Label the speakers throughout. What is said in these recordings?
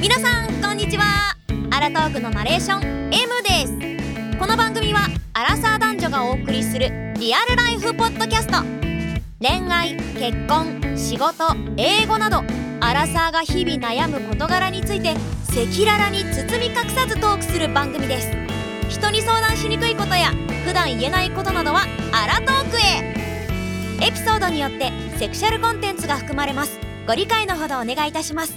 Speaker 1: 皆さんこんにちはアラトークのナレーション M ですこの番組はアラサー男女がお送りするリアルライフポッドキャスト恋愛結婚仕事英語などアラサーが日々悩む事柄について赤裸々に包み隠さずトークする番組です人に相談しにくいことや普段言えないことなどはアラトークへエピソードによってセクシャルコンテンツが含まれますご理解のほどお願いいたします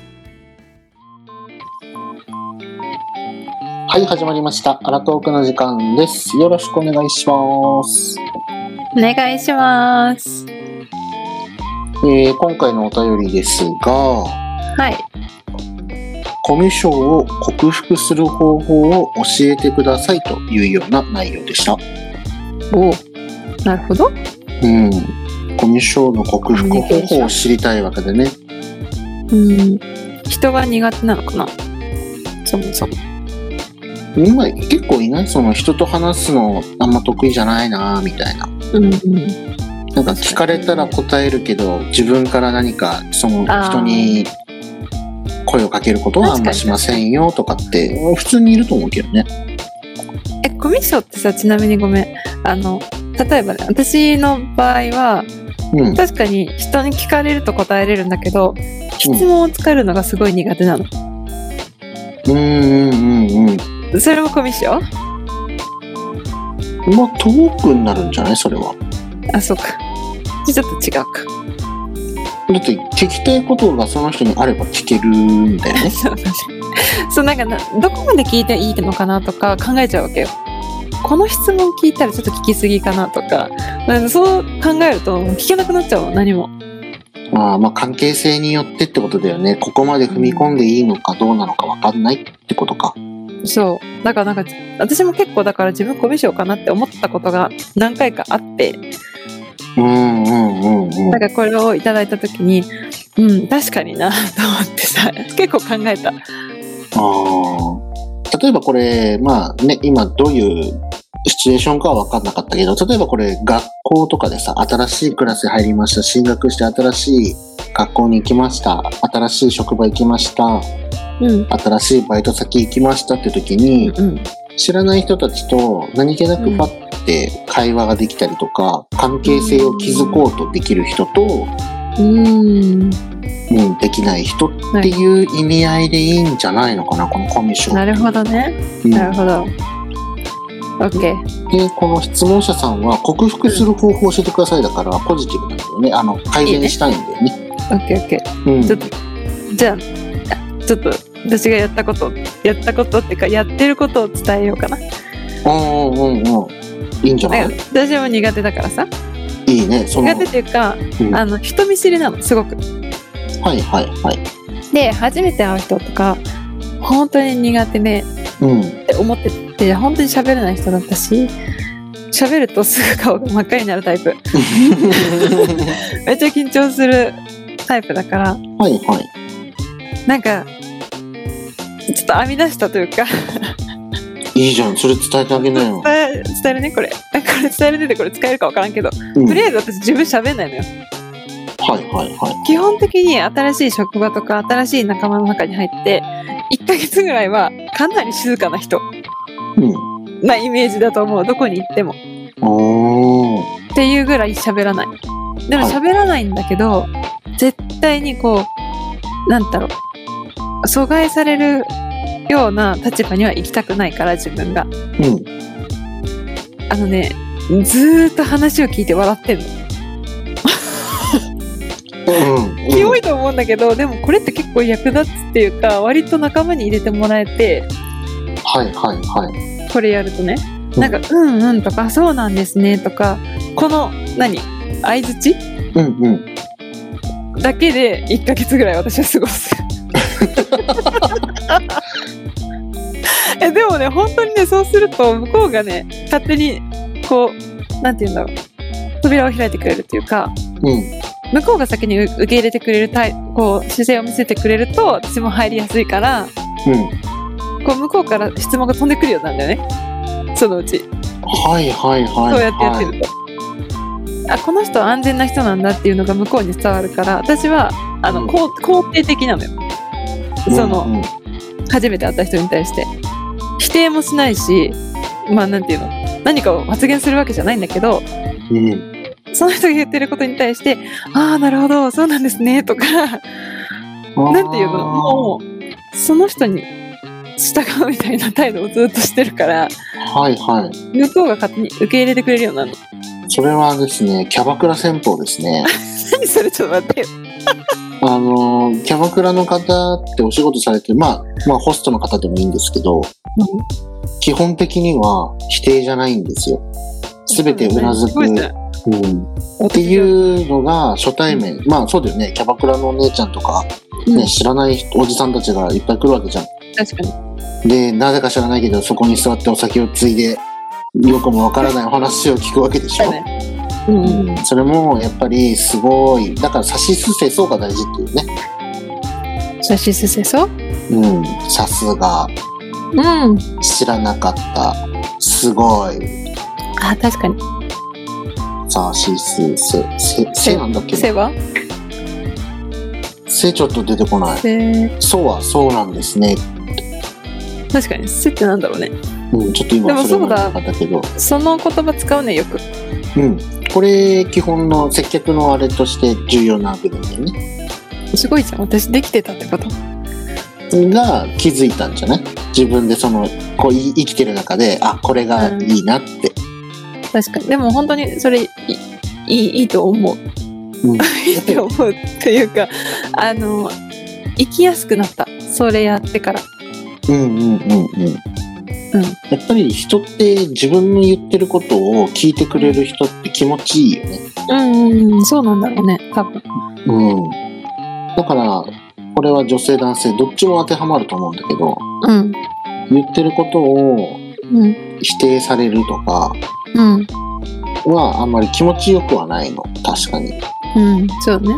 Speaker 2: はい、始まりました。アラトークの時間です。よろしくお願いします。
Speaker 3: お願いします。
Speaker 2: えー今回のお便りですが、
Speaker 3: はい。
Speaker 2: コミュ障を克服する方法を教えてくださいというような内容でした。
Speaker 3: おなるほど。
Speaker 2: うん。コミュ障の克服方法を知りたいわけでね。
Speaker 3: うん。人が苦手なのかなそもそも。
Speaker 2: 今結構いないその人と話すのあんま得意じゃないなみたいな。
Speaker 3: うん、うん。
Speaker 2: なんか聞かれたら答えるけど、自分から何かその
Speaker 3: あー
Speaker 2: 人に声をかけることはあんましませんよとかって、普通にいると思うけどね。
Speaker 3: え、コミュ障ってさ、ちなみにごめん。あの、例えばね、私の場合は、
Speaker 2: うん。
Speaker 3: 確かに人に聞かれると答えれるんだけど、質問を使えるのがすごい苦手なの。
Speaker 2: うんうんうんうん。
Speaker 3: それもコミュ障
Speaker 2: まあ、トークになるんじゃないそれは。
Speaker 3: あ、そうか。ちょっと違うか。
Speaker 2: だって、聞きたいことがその人にあれば聞けるんだよね。
Speaker 3: そうだね そうなんかなどこまで聞いていいのかなとか考えちゃうわけよこの質問聞いたらちょっと聞きすぎかなとかなんかそう考えるともう聞けなくなっちゃうの何も
Speaker 2: まあ、まあ、関係性によってってことだよね。ここまで踏み込んでいいのかどうなのかわかんないってことか。
Speaker 3: そうだからなんか私も結構だから自分コミュ障かなって思ったことが何回かあって
Speaker 2: うんうんうんうん
Speaker 3: なん。かこれをいただいた時にうん確かになと思ってさ結構考えた
Speaker 2: ああ。例えばこれ、まあね、今どういうシチュエーションかは分かんなかったけど、例えばこれ学校とかでさ、新しいクラス入りました、進学して新しい学校に行きました、新しい職場行きました、
Speaker 3: うん
Speaker 2: 新しいバイト先行きましたって時
Speaker 3: う
Speaker 2: に、
Speaker 3: ん
Speaker 2: 知らない人たちと何気なくパッて会話ができたりとか、関係性を築こうとできる人と、
Speaker 3: うん
Speaker 2: うん、できない人っていう意味合いでいいんじゃないのかな、このコミュ障。
Speaker 3: なるほどね
Speaker 2: うん
Speaker 3: なるほど OK
Speaker 2: で、この質問者さんは、克服する方法を教えてくださいだから、ポジティブなんだよね。あの、改善したいんだよね。
Speaker 3: OKOK
Speaker 2: うん
Speaker 3: ちょっと、じゃあ、あちょっと、私がやったこと、やったことっていうか、やってることを伝えようかな。
Speaker 2: うんうんうんうん。いいんじゃない、
Speaker 3: なんか私も苦手だからさ。
Speaker 2: いいね。その、
Speaker 3: 苦手
Speaker 2: は
Speaker 3: っていうか、
Speaker 2: うん
Speaker 3: あの、人見知りなの、すごく。
Speaker 2: いはいはい。
Speaker 3: で、初めて会う人とか、本当に苦手ね
Speaker 2: うん。
Speaker 3: って思ってて、本当に喋れない人だったし、喋るとすぐ顔が真っ赤になるタイプ。めっちゃ緊張するタイプだから、
Speaker 2: はいはい。
Speaker 3: なんか、ちょっと編み出したというか、
Speaker 2: いいじゃん。それ伝えてあげなよ。
Speaker 3: 伝え伝えるね、これ。これ伝えるねでこれ使えるかわからんけど。
Speaker 2: うん、
Speaker 3: と
Speaker 2: はい
Speaker 3: りあえず私自分喋んないのよ。
Speaker 2: はいは
Speaker 3: 基本的に新しい職場とか新しい仲間の中に入って、1ヶ月ぐらいはかなり静かな人
Speaker 2: い。うん。
Speaker 3: なイメージだと思う。どこに行っても。
Speaker 2: おー。
Speaker 3: っていうぐらい喋らない。でも
Speaker 2: はい
Speaker 3: 喋らないんだけど、絶対にこう、なんだろう。阻害されるような立場には行きたくないから自分が。
Speaker 2: うん。
Speaker 3: あのね、ずーっと話を聞いて笑ってんの。
Speaker 2: うん。うん
Speaker 3: 清いと思うんだけど、でもこれって結構役立つっていうか、割と仲間に入れてもらえて、
Speaker 2: はいはいはい。
Speaker 3: これやるとね
Speaker 2: うん
Speaker 3: なんか「うんうん」とか「そうなんですね」とかこの何相づち
Speaker 2: うんうん。
Speaker 3: だけで1ヶ月ぐらい私は過ごすえでもね本当にねそうすると向こうがね勝手にこうなんて言うんだろう扉を開いてくれるというか
Speaker 2: うん。
Speaker 3: 向こうが先に受け入れてくれるタイこう姿勢を見せてくれると私も入りやすいから
Speaker 2: うん。
Speaker 3: こう向こうから質問が飛んでくるようになるんだよねそのうち
Speaker 2: はいはいはい、はい。
Speaker 3: そうやってやってると、あこの人は安全な人なんだっていうのが向こうに伝わるから私はあの、
Speaker 2: うん
Speaker 3: こう肯定的なのよ、その
Speaker 2: うんうん
Speaker 3: 初めて会った人に対して否定もしないしまあなんていうの何かを発言するわけじゃないんだけど
Speaker 2: うん。
Speaker 3: その人が言ってることに対して「ああなるほどそうなんですね」とかなんていうの
Speaker 2: あ
Speaker 3: もうその人に従うみたいな態度をずっとしてるから
Speaker 2: ーはいはい。
Speaker 3: 向こうが勝手に受け入れてくれるようなの
Speaker 2: それはですね、キャバクラ戦法ですね。
Speaker 3: 何それちょっと待ってよ
Speaker 2: あのー、キャバクラの方ってお仕事されてる、まあ、まあ、ホストの方でもいいんですけど、基本的には否定じゃないんですよ。すべてうなず
Speaker 3: す
Speaker 2: く。
Speaker 3: ご
Speaker 2: う
Speaker 3: いじゃん
Speaker 2: ん。っていうのが初対面、まあそうだよねキャバクラのお姉ちゃんとか、ね
Speaker 3: うん
Speaker 2: 知らないおじさんたちがいっぱい来るわけじゃ
Speaker 3: 確かに
Speaker 2: んでなぜか知らないけどそこに座ってお酒をついでよくもわからないお話を聞くわけでしょ、
Speaker 3: そうだねうんうん
Speaker 2: うんそれもやっぱりすごいだからさしすせそうが大事っていうね
Speaker 3: 写真すせそう
Speaker 2: うんさすが
Speaker 3: うん
Speaker 2: 知らなかったすごい
Speaker 3: あ確かに
Speaker 2: さしすせせせなんだっけ
Speaker 3: せは
Speaker 2: せちょっと出てこない
Speaker 3: せ
Speaker 2: そうはそうなんですね
Speaker 3: 確かにせってなんだろうね
Speaker 2: うんちょっと今
Speaker 3: でも
Speaker 2: それも
Speaker 3: そうだ
Speaker 2: なかったけど
Speaker 3: その言葉使うねよく
Speaker 2: うん、これ基本の接客のあれとして重要な部分だよね
Speaker 3: すごいじゃん私できてたってこと
Speaker 2: が気づいたんじゃない自分でそのこうい生きてる中であこれがいいなって、
Speaker 3: 確かにでも本当にそれいいいいいいと思う
Speaker 2: うん
Speaker 3: いいって思うっていうかあの生きやすくなったそれやってから
Speaker 2: うんうんうんうんやっぱり人って自分の言ってることを聞いてくれる人って気持ちいいよね
Speaker 3: うんうん、うん、そうなんだろうね多分
Speaker 2: うんだからこれは女性男性どっちも当てはまると思うんだけど
Speaker 3: うん
Speaker 2: 言ってることを
Speaker 3: うん
Speaker 2: 否定されるとか
Speaker 3: うん
Speaker 2: はあんまり気持ちよくはないの確かに
Speaker 3: うんそうね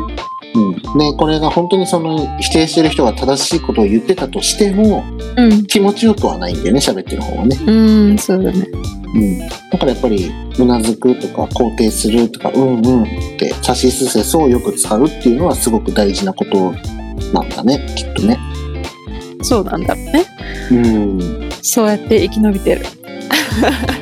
Speaker 2: うん、ねこれが本当にその否定してる人が正しいことを言ってたとしても
Speaker 3: うん
Speaker 2: 気持ちよくはないんだよね喋ってる方はね、
Speaker 3: うんそうだね
Speaker 2: うん、だからやっぱりうなずくとか肯定するとかうんうんって指しすせそうよく使うっていうのはすごく大事なことなんだねきっとね
Speaker 3: そうなんだろうね
Speaker 2: うん
Speaker 3: そうやって生き延びてる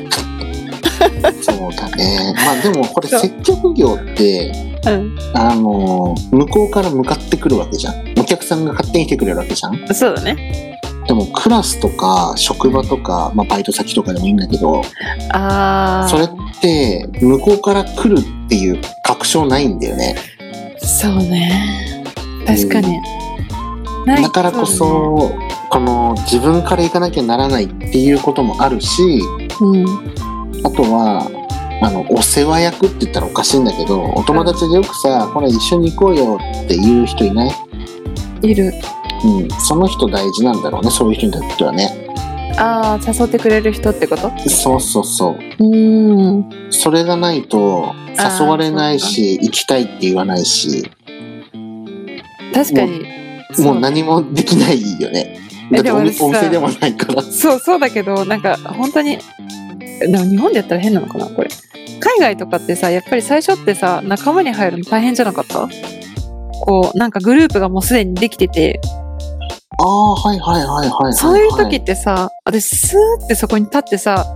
Speaker 2: そうだねまあでもこれ
Speaker 3: そう
Speaker 2: 接客業って
Speaker 3: うん
Speaker 2: あの向こうから向かってくるわけじゃんお客さんが勝手に来てくれるわけじゃん
Speaker 3: そうだね
Speaker 2: でもクラスとか職場とか、まあ、バイト先とかでもいいんだけど
Speaker 3: ああ
Speaker 2: それって向こうから来るっていう確証ないんだよね
Speaker 3: そうね確かに、ない
Speaker 2: だからこ
Speaker 3: う
Speaker 2: そこの自分から行かなきゃならないっていうこともあるし
Speaker 3: ね
Speaker 2: あとはあのお世話役って言ったらおかしいんだけどお友達でよくさ「これ一緒に行こうよ」っていう人いない、
Speaker 3: うんいる
Speaker 2: うん、その人大事なんだろうねそういう人にとってはね
Speaker 3: ああ誘ってくれる人ってこと
Speaker 2: そうそうそう
Speaker 3: うん
Speaker 2: それがないと
Speaker 3: あー
Speaker 2: 誘われないし行きたいって言わないし
Speaker 3: 確かに
Speaker 2: も
Speaker 3: そう
Speaker 2: 何もできないよね
Speaker 3: え
Speaker 2: だってお
Speaker 3: でも私さ
Speaker 2: お店でもないから
Speaker 3: そうそうだけどなんか本当にでも日本でやったら変なのかなこれ海外とかってさやっぱり最初ってさ仲間に入るの大変じゃなかったこうなんかグループがもうすでにできてて
Speaker 2: ああ、はいはいはいはいはい、はい。
Speaker 3: そういう時ってさ私スーってそこに立ってさ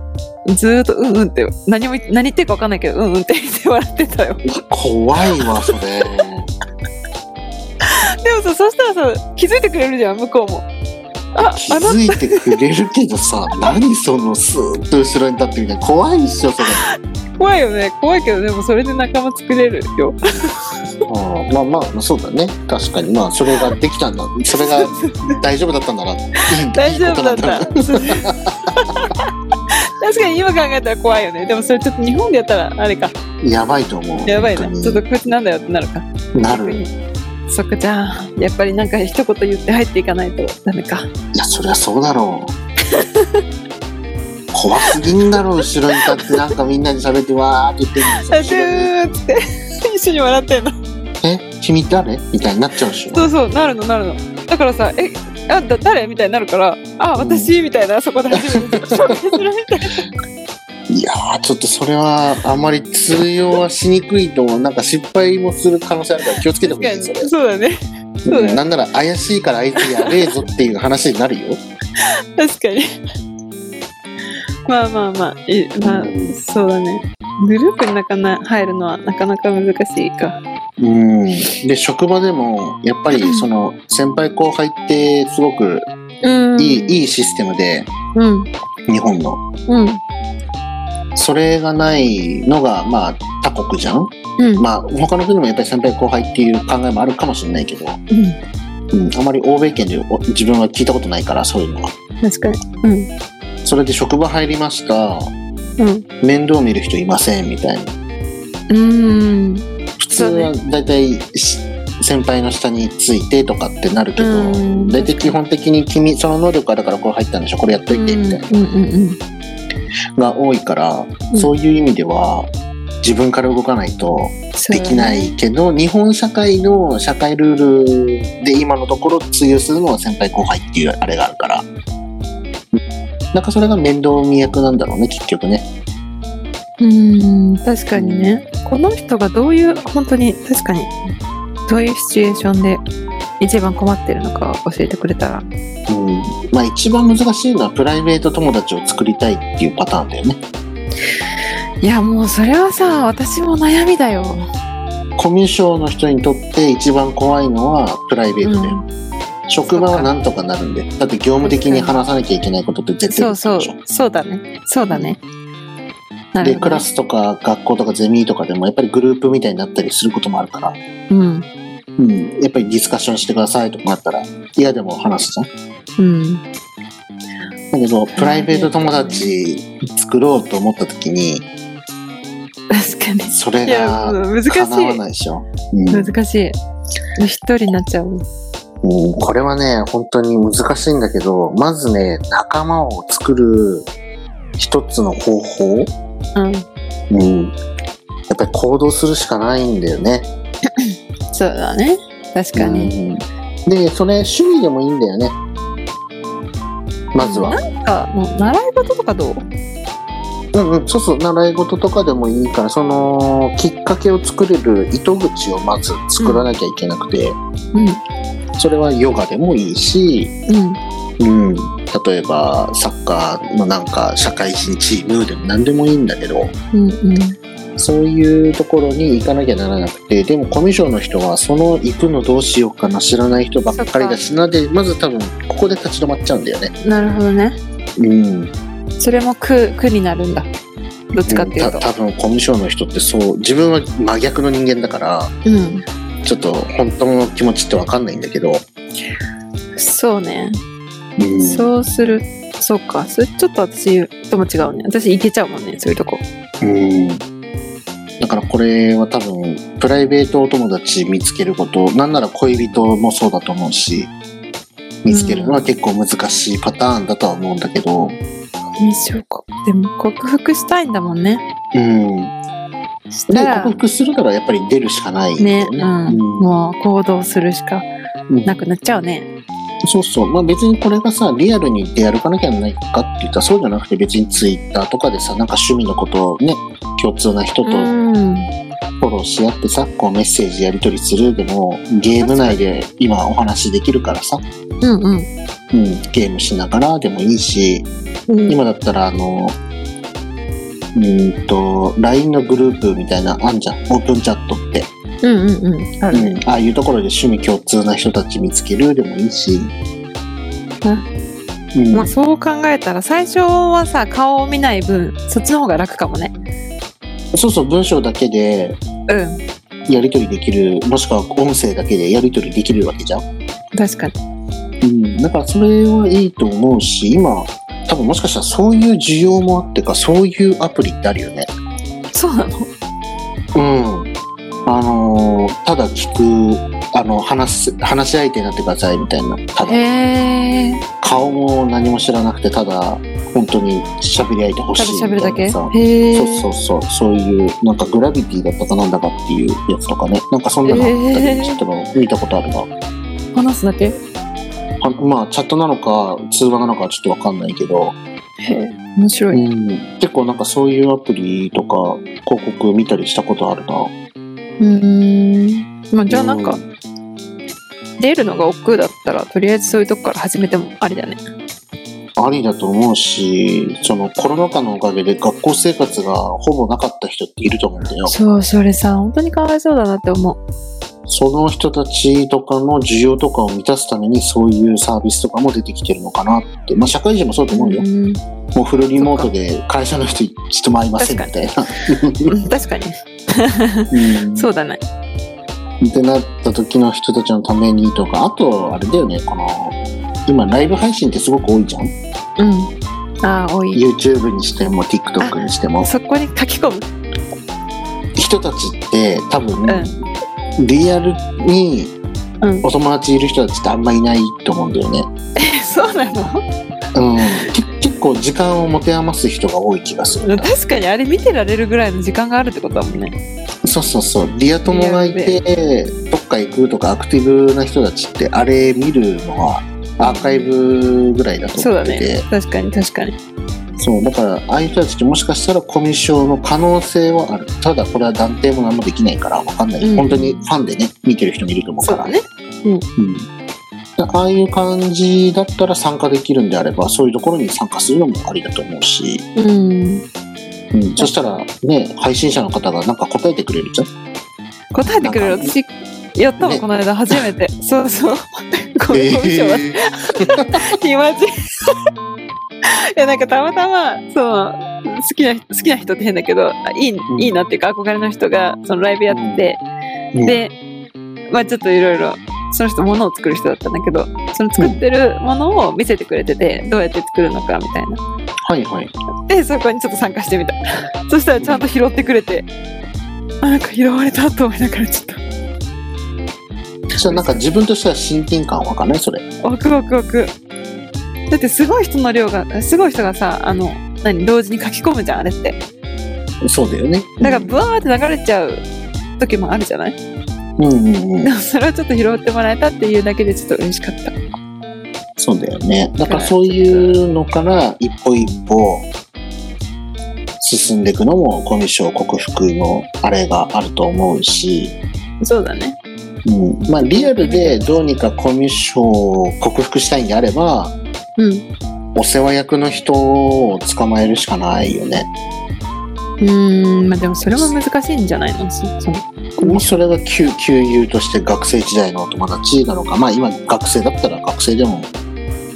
Speaker 3: ずーっとうんうんって何も何言ってるか分かんないけどうんうんって言って笑ってた よで
Speaker 2: 怖いわ、それ。
Speaker 3: もさそしたらさ気づいてくれるじゃん向こうもあ
Speaker 2: 気
Speaker 3: あの
Speaker 2: づいてくれるけどさ、何そのスーッと後ろに立ってみたいな。怖いっしょ、そ れ。
Speaker 3: 怖いよね怖いけどでもそれで仲間作れる よ
Speaker 2: あーまあまあ、そうだね。確かに。まあ、それができたんだ。それ が大丈夫だったんだなら、いい
Speaker 3: 大丈夫だっ。
Speaker 2: いいこ
Speaker 3: た。確 かに今考えたら怖いよね。でもそれちょっと日本でやったらあれか。
Speaker 2: となやばいと思う。
Speaker 3: やばいな。
Speaker 2: 本
Speaker 3: ち
Speaker 2: 当
Speaker 3: ょ
Speaker 2: に
Speaker 3: っとこいつなんだよってなるか。
Speaker 2: な
Speaker 3: 逆
Speaker 2: る。
Speaker 3: に
Speaker 2: い
Speaker 3: そっかじゃあやっぱりなんか一言言って入っていかないとダメか。
Speaker 2: や、そりゃそうだろう。 怖すぎんだろう、後ろに立って、なんかみんなに喋って、わーって言ってん
Speaker 3: あ
Speaker 2: の
Speaker 3: ち
Speaker 2: さ後ろに
Speaker 3: ーっつって 一緒に笑ってんの。
Speaker 2: え、君誰みたいになっちゃうでしょ。
Speaker 3: そうそうなるのなるの。だからさえあだ誰みたいになるからあ私みたいなそこで初めて紹介するみたいな。
Speaker 2: いやーちょっとそれはあまり通用はしにくいと思うなんか失敗もする可能性あるから気をつけてほしいそれ
Speaker 3: そうだね。そうだね
Speaker 2: うんなんなら怪しいからあいつやべえぞっていう話になるよ
Speaker 3: 確かに。まあまあまあ、いまあ、そうだね。グループの中に入るのはなかなか難しいか。
Speaker 2: うん。で、職場でも、やっぱり、その、先輩後輩って、すごく
Speaker 3: うん。
Speaker 2: いい、いいシステムで、
Speaker 3: うん。
Speaker 1: 嗯
Speaker 2: 日本の。
Speaker 3: うん。
Speaker 2: それがないのが、まあ、他国じゃん
Speaker 3: うん。
Speaker 2: まあ、他の国もやっぱり先輩後輩っていう考えもあるかもしれないけど、
Speaker 3: うん。
Speaker 2: うん、あまり欧米圏でお自分は聞いたことないから、そういうのは。
Speaker 3: 確かに。
Speaker 2: それで職場入りました。
Speaker 3: うん。
Speaker 2: 面倒見る人いません、みたいな。
Speaker 3: うん。
Speaker 2: 普通はだいたいし先輩の下についてとかってなるけど、
Speaker 3: うん
Speaker 2: だいたい基本的に君、その能力があるからこれ入ったんでしょ、これやっといて、みたいな。
Speaker 3: うんうん
Speaker 2: が多いから、
Speaker 3: うん
Speaker 2: そういう意味では、自分から動かないと
Speaker 3: うん。
Speaker 2: できないけど、日本社会の社会ルールで今のところ通用するのは先輩後輩っていうあれがあるから。なんかそれが面倒見役なんだろうね、結局ね。
Speaker 3: うん確かにねこの人がどういう本当に確かにどういうシチュエーションで一番困ってるのか教えてくれたら
Speaker 2: うん。まあ一番難しいのはプライベート友達を作りたいっていうパターンだよね。
Speaker 3: いやもうそれはさ私も悩みだよ、
Speaker 2: コミュ障の人にとって一番怖いのはプライベートだよ。職場はなんとかなるんで。だって業務的に話さなきゃいけないことって絶
Speaker 3: そ
Speaker 2: 対
Speaker 3: う
Speaker 2: できる
Speaker 3: そう
Speaker 2: でしょ。
Speaker 3: そうだねそうだねなる
Speaker 2: で、
Speaker 3: ほど
Speaker 2: クラスとか学校とかゼミとかでもやっぱりグループみたいになったりすることもあるから。
Speaker 3: うん
Speaker 2: うん、やっぱりディスカッションしてくださいとかなったら嫌でも話すじゃん
Speaker 3: うん
Speaker 2: だけどプライベート友達作ろうと思った時に
Speaker 3: 確かに
Speaker 2: それ
Speaker 3: いや
Speaker 2: が
Speaker 3: 難しい
Speaker 2: 叶わないでしょ、うん
Speaker 3: 難しい一人になっちゃう
Speaker 2: うんこれはね本当に難しいんだけどまずね仲間を作る一つの方法、
Speaker 3: うん
Speaker 2: うん、やっぱり行動するしかないんだよね
Speaker 3: そうだね確かに、
Speaker 2: うんでそれ趣味でもいいんだよねまずは
Speaker 3: なんかもう習い事とかどう
Speaker 2: うんうん、そうそう習い事とかでもいいからそのきっかけを作れる糸口をまず作らなきゃいけなくて、
Speaker 3: うん
Speaker 2: それはヨガでもいいし、
Speaker 3: うん
Speaker 2: うん、例えばサッカーのなんか社会人チームでも何でもいいんだけど
Speaker 3: うんうん
Speaker 2: そういうところに行かなきゃならなくてでもコミュ障の人はその行くのどうしようかな知らない人ばっかりだしなでまず多分ここで立ち止まっちゃうんだよね。
Speaker 3: なるほどね
Speaker 2: うん
Speaker 3: それも苦苦になるんだどっちかっていうと
Speaker 2: た多分コミュ障の人ってそう自分は真逆の人間だから。
Speaker 3: うん、
Speaker 2: ちょっと本当の気持ちって分かんないんだけど、
Speaker 3: そうね、
Speaker 2: うん
Speaker 3: そうするそうかそれちょっと私とも違うね私いけちゃうもんねそういうとこ
Speaker 2: うんだからこれは多分プライベートお友達見つけることなんなら恋人もそうだと思うし見つけるのは結構難しいパターンだとは思うんだけど、
Speaker 3: 印象かでも克服したいんだもんね
Speaker 2: うん、
Speaker 3: し
Speaker 2: で
Speaker 3: たら
Speaker 2: 克服するならやっぱり出るしかないんだ
Speaker 3: ね
Speaker 2: よ
Speaker 3: う
Speaker 2: ね
Speaker 3: ん、
Speaker 2: うん
Speaker 3: もう行動するしか
Speaker 2: うん
Speaker 3: なくなっちゃうね
Speaker 2: そうそうまあ別にこれがさリアルに行ってやるかなきゃないかって言ったらそうじゃなくて別にツイッターとかでさなんか趣味のことをね共通な人と
Speaker 3: うん
Speaker 2: フォローし合ってさこうメッセージやり取りするでもゲーム内で今お話できるからさ、
Speaker 1: 嗯
Speaker 3: うんうん
Speaker 2: うん、ゲームしながらでもいいし
Speaker 3: うん
Speaker 2: 今だったらあのうーんと LINE のグループみたいなあんじゃんオープンチャットって、
Speaker 3: うんうんうんある
Speaker 2: う
Speaker 3: ね
Speaker 2: ん、ああいうところで趣味共通な人たち見つけるでもいいし、うん
Speaker 3: まあそう考えたら最初はさ顔を見ない分そっちの方が楽かもね
Speaker 2: そうそう文章だけで
Speaker 3: うん
Speaker 2: やり取りできるもしくは音声だけでやり取りできるわけじゃん
Speaker 3: 確かに
Speaker 2: うん、だからそれはいいと思うし今多分もしかしたらそういう需要もあってかそういうアプリってあるよね
Speaker 3: そうなの
Speaker 2: うんあのーただ聞くあの話す話し相手になってくださいみたいなただ
Speaker 3: へえ
Speaker 2: 顔も何も知らなくてただ本当に喋り相手欲
Speaker 3: た
Speaker 2: しいみたい
Speaker 3: だ喋
Speaker 2: な
Speaker 3: るだけ
Speaker 2: さ
Speaker 3: へえ
Speaker 2: そうそうそうそういうなんかグラビティだったかなんだかっていうやつとかねなんかそんなのあった
Speaker 3: へー
Speaker 2: りちょっと見たことあるな、
Speaker 3: 話すだけ
Speaker 2: あまあチャットなのか通話なのかはちょっとわかんないけど
Speaker 3: へえ面白い、
Speaker 2: うん、結構なんかそういうアプリとか広告見たりしたことあるな。
Speaker 3: うんまあじゃあなんか、
Speaker 2: う
Speaker 3: 出るのが億劫だったらとりあえずそういうとこから始めてもありだね
Speaker 2: ありだと思うし、そのコロナ禍のおかげで学校生活がほぼなかった人っていると思うんだよ。
Speaker 3: そう、それさ、本当にかわいそうだなって思う。
Speaker 2: その人たちとかの需要とかを満たすためにそういうサービスとかも出てきてるのかなって。まあ社会人もそうだと思うよ。
Speaker 3: うん
Speaker 2: もうフルリモートで会社の人人も会いませんみたいな。
Speaker 3: うん確かに。
Speaker 2: うん
Speaker 3: そうだね。
Speaker 2: ってなった時の人たちのためにとか、あとあれだよね、この、今ライブ配信ってすごく多いじゃん
Speaker 3: うん。ああ、多い。
Speaker 2: ?YouTube にしても TikTok にしても。
Speaker 3: そこに書き込む。
Speaker 2: 人たちって多分、
Speaker 3: う
Speaker 2: リアルに
Speaker 3: うん
Speaker 2: お友達いる人たちってあんまいないと思うんだよね。
Speaker 3: そうなの
Speaker 2: うん、け結構時間を持て余す人が多い気がする。
Speaker 3: 確かにあれ見てられるぐらいの時間があるってことだもんね。
Speaker 2: そうそうそう。リア友がいて、どっか行くとかアクティブな人たちって、あれ見るのはアーカイブぐらいだと
Speaker 3: そう
Speaker 2: 思
Speaker 3: だ
Speaker 2: って
Speaker 3: ね
Speaker 2: て。。
Speaker 3: 確かに確かに。
Speaker 2: そう、だから、ああいう人たちってもしかしたらコミュ障の可能性はある。ただ、これは断定も何もできないからわかんない。
Speaker 3: うん
Speaker 2: 本当にファンでね、見てる人もいると思う
Speaker 3: そ
Speaker 2: か
Speaker 3: うだ
Speaker 2: ら。
Speaker 3: ね。
Speaker 2: うん、ああいう感じだったら参加できるんであればそういうところに参加するのもありだと思うし、
Speaker 3: うん。
Speaker 2: うん、そしたらね配信者の方がなんか答えてくれるじゃん
Speaker 3: 答えてくれる
Speaker 2: なんか
Speaker 3: 私、やったの、
Speaker 2: ね
Speaker 3: この間初めて。そうそう。こ う
Speaker 2: え
Speaker 3: コミュ障だっ
Speaker 2: ー
Speaker 3: マジい やなんかたまたまそう好きな人好きな人って変だけどあいい,、
Speaker 2: ん
Speaker 3: いいなっていうか憧れの人がそのライブやってて、
Speaker 2: うん
Speaker 3: で、まあ、ちょっといろいろその人物を作る人だったんだけどその作ってるものを見せてくれてて、どうやって作るのかみたいな
Speaker 2: はいはい
Speaker 3: でそこにちょっと参加してみた そしたらちゃんと拾ってくれてあなんか拾われたと思いながらちょっ
Speaker 2: そしたらなんか自分としては親近感わかんないそれ
Speaker 3: とワクワクワクだってすごい人の量がすごい人がさあの何同時に書き込むじゃんあれって
Speaker 2: そうだよね
Speaker 3: なんかブワーって流れちゃう時もあるじゃない
Speaker 2: うんうんう
Speaker 3: で
Speaker 2: ん
Speaker 3: もそれをちょっと拾ってもらえたっていうだけでちょっと嬉しかった
Speaker 2: そうだよねだからそういうのから一歩一歩進んでいくのもコミュ障克服のあれがあると思うし、
Speaker 3: そうだね
Speaker 2: うんまあ、リアルでどうにかコミュ障を克服したいんであれば
Speaker 3: うん
Speaker 2: お世話役の人を捕まえるしかないよね。
Speaker 3: うんまあでもそれも難しいんじゃないのそその
Speaker 2: まあそれが旧旧友として学生時代のお友達なのかまあ今学生だったら学生でも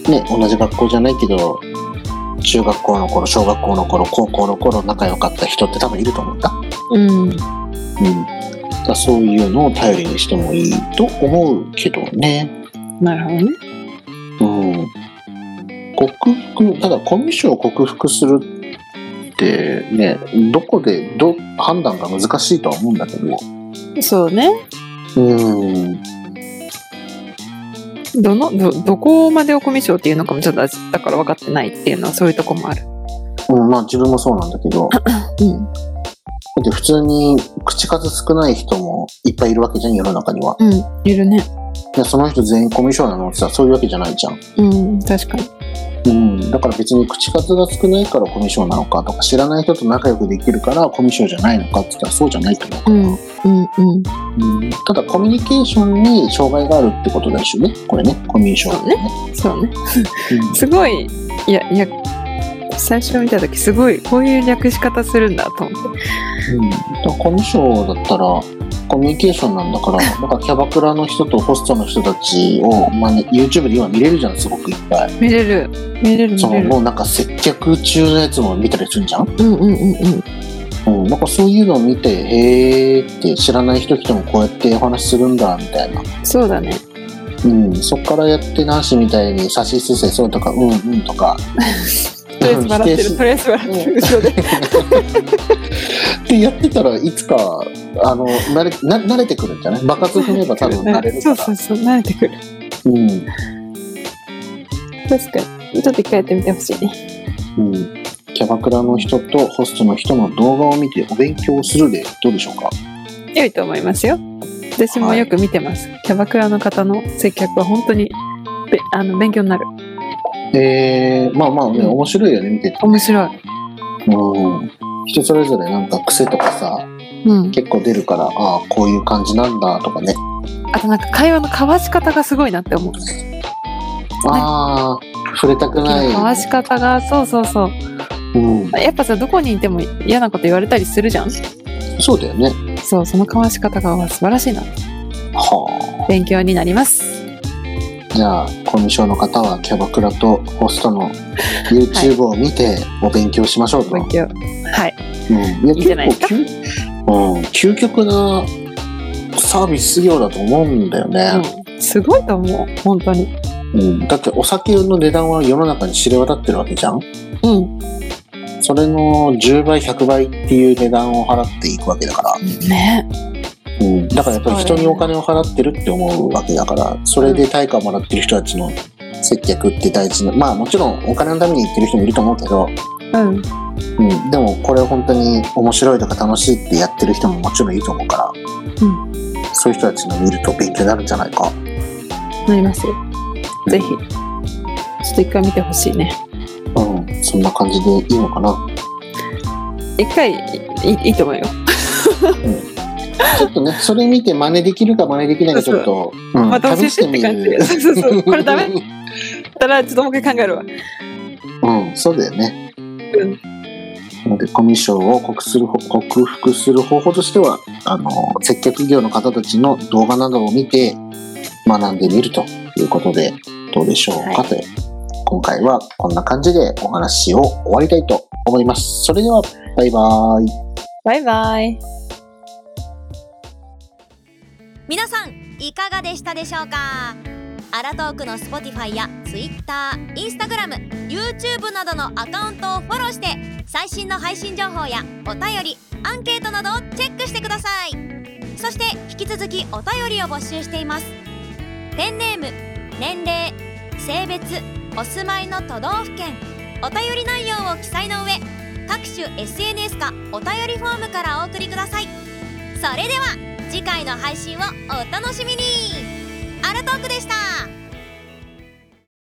Speaker 2: ね同じ学校じゃないけど中学校の頃小学校の頃高校の頃仲良かった人って多分いると思うんだ。
Speaker 3: うん
Speaker 2: うんだからそういうのを頼りにしてもいいと思うけどね。
Speaker 3: なるほどね
Speaker 2: うん克服ただコミュ障を克服するってねどこでど判断が難しいとは思うんだけど
Speaker 3: そうね
Speaker 2: うん
Speaker 3: どのどどこまでをコミュ障っていうのかもちょっとだから分かってないっていうのはそういうとこもある
Speaker 2: うんまあ自分もそうなんだけどだ
Speaker 3: うん
Speaker 2: って普通に口数少ない人もいっぱいいるわけじゃん世の中には
Speaker 3: うんいるね
Speaker 2: でその人全員コミュ障なのってさそういうわけじゃないじゃん、
Speaker 3: うん確かに
Speaker 2: うん、だから別に口数が少ないからコミュ障なのかとか知らない人と仲良くできるからコミュ障じゃないのかって言ったらそうじゃないと思うから、
Speaker 3: うんうん
Speaker 2: ただコミュニケーションに障害があるってことですよねこれねコミュ障ね
Speaker 3: そうね
Speaker 2: うん
Speaker 3: すごいいやいや最初見た時すごいこういう略し方するんだと思って
Speaker 2: うんだからコミュ障だったらコミュニケーションなんだから なんかキャバクラの人とホストの人たちを、まあね、YouTube で今見れるじゃんすごくいっぱい
Speaker 3: 見れる見れる
Speaker 2: そ
Speaker 3: 見
Speaker 2: の
Speaker 3: れる
Speaker 2: もうなんか接客中のやつも見たりするじゃん、
Speaker 3: うんうんうんうん
Speaker 2: うん、なんかそういうのを見てへえって知らない人来てもこうやってお話しするんだみたいな、
Speaker 3: そうだね
Speaker 2: うん、そっからやってなしみたいに「さしすせそう」とか「うんうん」とか
Speaker 3: とりあえず笑って
Speaker 2: うん
Speaker 3: るとりあえず笑ってる後ろで
Speaker 2: ってやってたらいつかあの慣れな慣れてくるんじゃない爆発踏めば多分慣れるか
Speaker 3: そう
Speaker 2: ら
Speaker 3: そうそう慣れてくる
Speaker 2: うん
Speaker 3: 確かにちょっと一回やってみてほしいね
Speaker 2: うんキャバクラの人とホストの人の動画を見てお勉強するでどうでしょうか
Speaker 3: 良いと思いますよ私もよく見てます、キャバクラの方の接客は本当にべあの勉強になる
Speaker 2: えー、まあまあね面白いよね見てて、
Speaker 3: 面白い
Speaker 2: うん、人それぞれなんか癖とかさ
Speaker 3: うん
Speaker 2: 結構出るからああこういう感じなんだとかね
Speaker 3: あとなんか会話の交わし方がすごいなって思う
Speaker 2: ああ触れたくない。
Speaker 3: 回し方がそうそうそう
Speaker 2: うん。
Speaker 3: やっぱさどこにいても嫌なこと言われたりするじゃん
Speaker 2: そうだよね。
Speaker 3: そうそのかわし方がわ素晴らしいな
Speaker 2: は
Speaker 3: 勉強になります
Speaker 2: あ。じゃあ、コミュ障の方はキャバクラとホストの YouTube を見てお勉強しましょうと。
Speaker 3: 勉強はい
Speaker 2: うん、
Speaker 3: いいじゃないですか
Speaker 2: 結構究、うん、究極なサービス業だと思うんだよね、
Speaker 3: うん、すごいと思う本当に
Speaker 2: うんだってお酒の値段は世の中に知れ渡ってるわけじゃん
Speaker 3: うん
Speaker 2: それの10倍100倍っていう値段を払っていくわけだから、
Speaker 3: ね
Speaker 2: うん、だからやっぱり人にお金を払ってるって思うわけだからそれで対価をもらってる人たちの接客って大事なまあもちろんお金のために行ってる人もいると思うけど、
Speaker 3: うん
Speaker 2: うん、でもこれ本当に面白いとか楽しいってやってる人ももちろんいると思うから、
Speaker 3: うん
Speaker 2: そういう人たちの見ると勉強になるんじゃないか
Speaker 3: なりますよぜひちょっと一回見てほしいね
Speaker 2: うんそんな感じでいいのかな
Speaker 3: 一回いいいいと思うよ
Speaker 2: ちょっとねそれ見て真似できるか真似できないかちょっと、うん
Speaker 3: また教えてって感じ
Speaker 2: 試して
Speaker 3: そうそうそう
Speaker 2: みる
Speaker 3: これダ メだったらちょっともう一回考える わ
Speaker 2: うんそうだよね
Speaker 3: うん
Speaker 2: なのでコミュ障を克服する方克服する方法としてはあの接客業の方たちの動画などを見て学んでみるということでどうでしょうか、
Speaker 3: は
Speaker 2: という今回はこんな感じでお話を終わりたいと思いますそれではバイバーイ
Speaker 3: バイバイ
Speaker 1: 皆さんいかがでしたでしょうかアラトークの Spotify や TwitterInstagramYouTube などのアカウントをフォローして最新の配信情報やお便りアンケートなどをチェックしてくださいそして引き続きお便りを募集していますペンネーム年齢性別お住まいの都道府県お便り内容を記載の上各種 SNS かお便りフォームからお送りくださいそれでは次回の配信をお楽しみにアルトークでした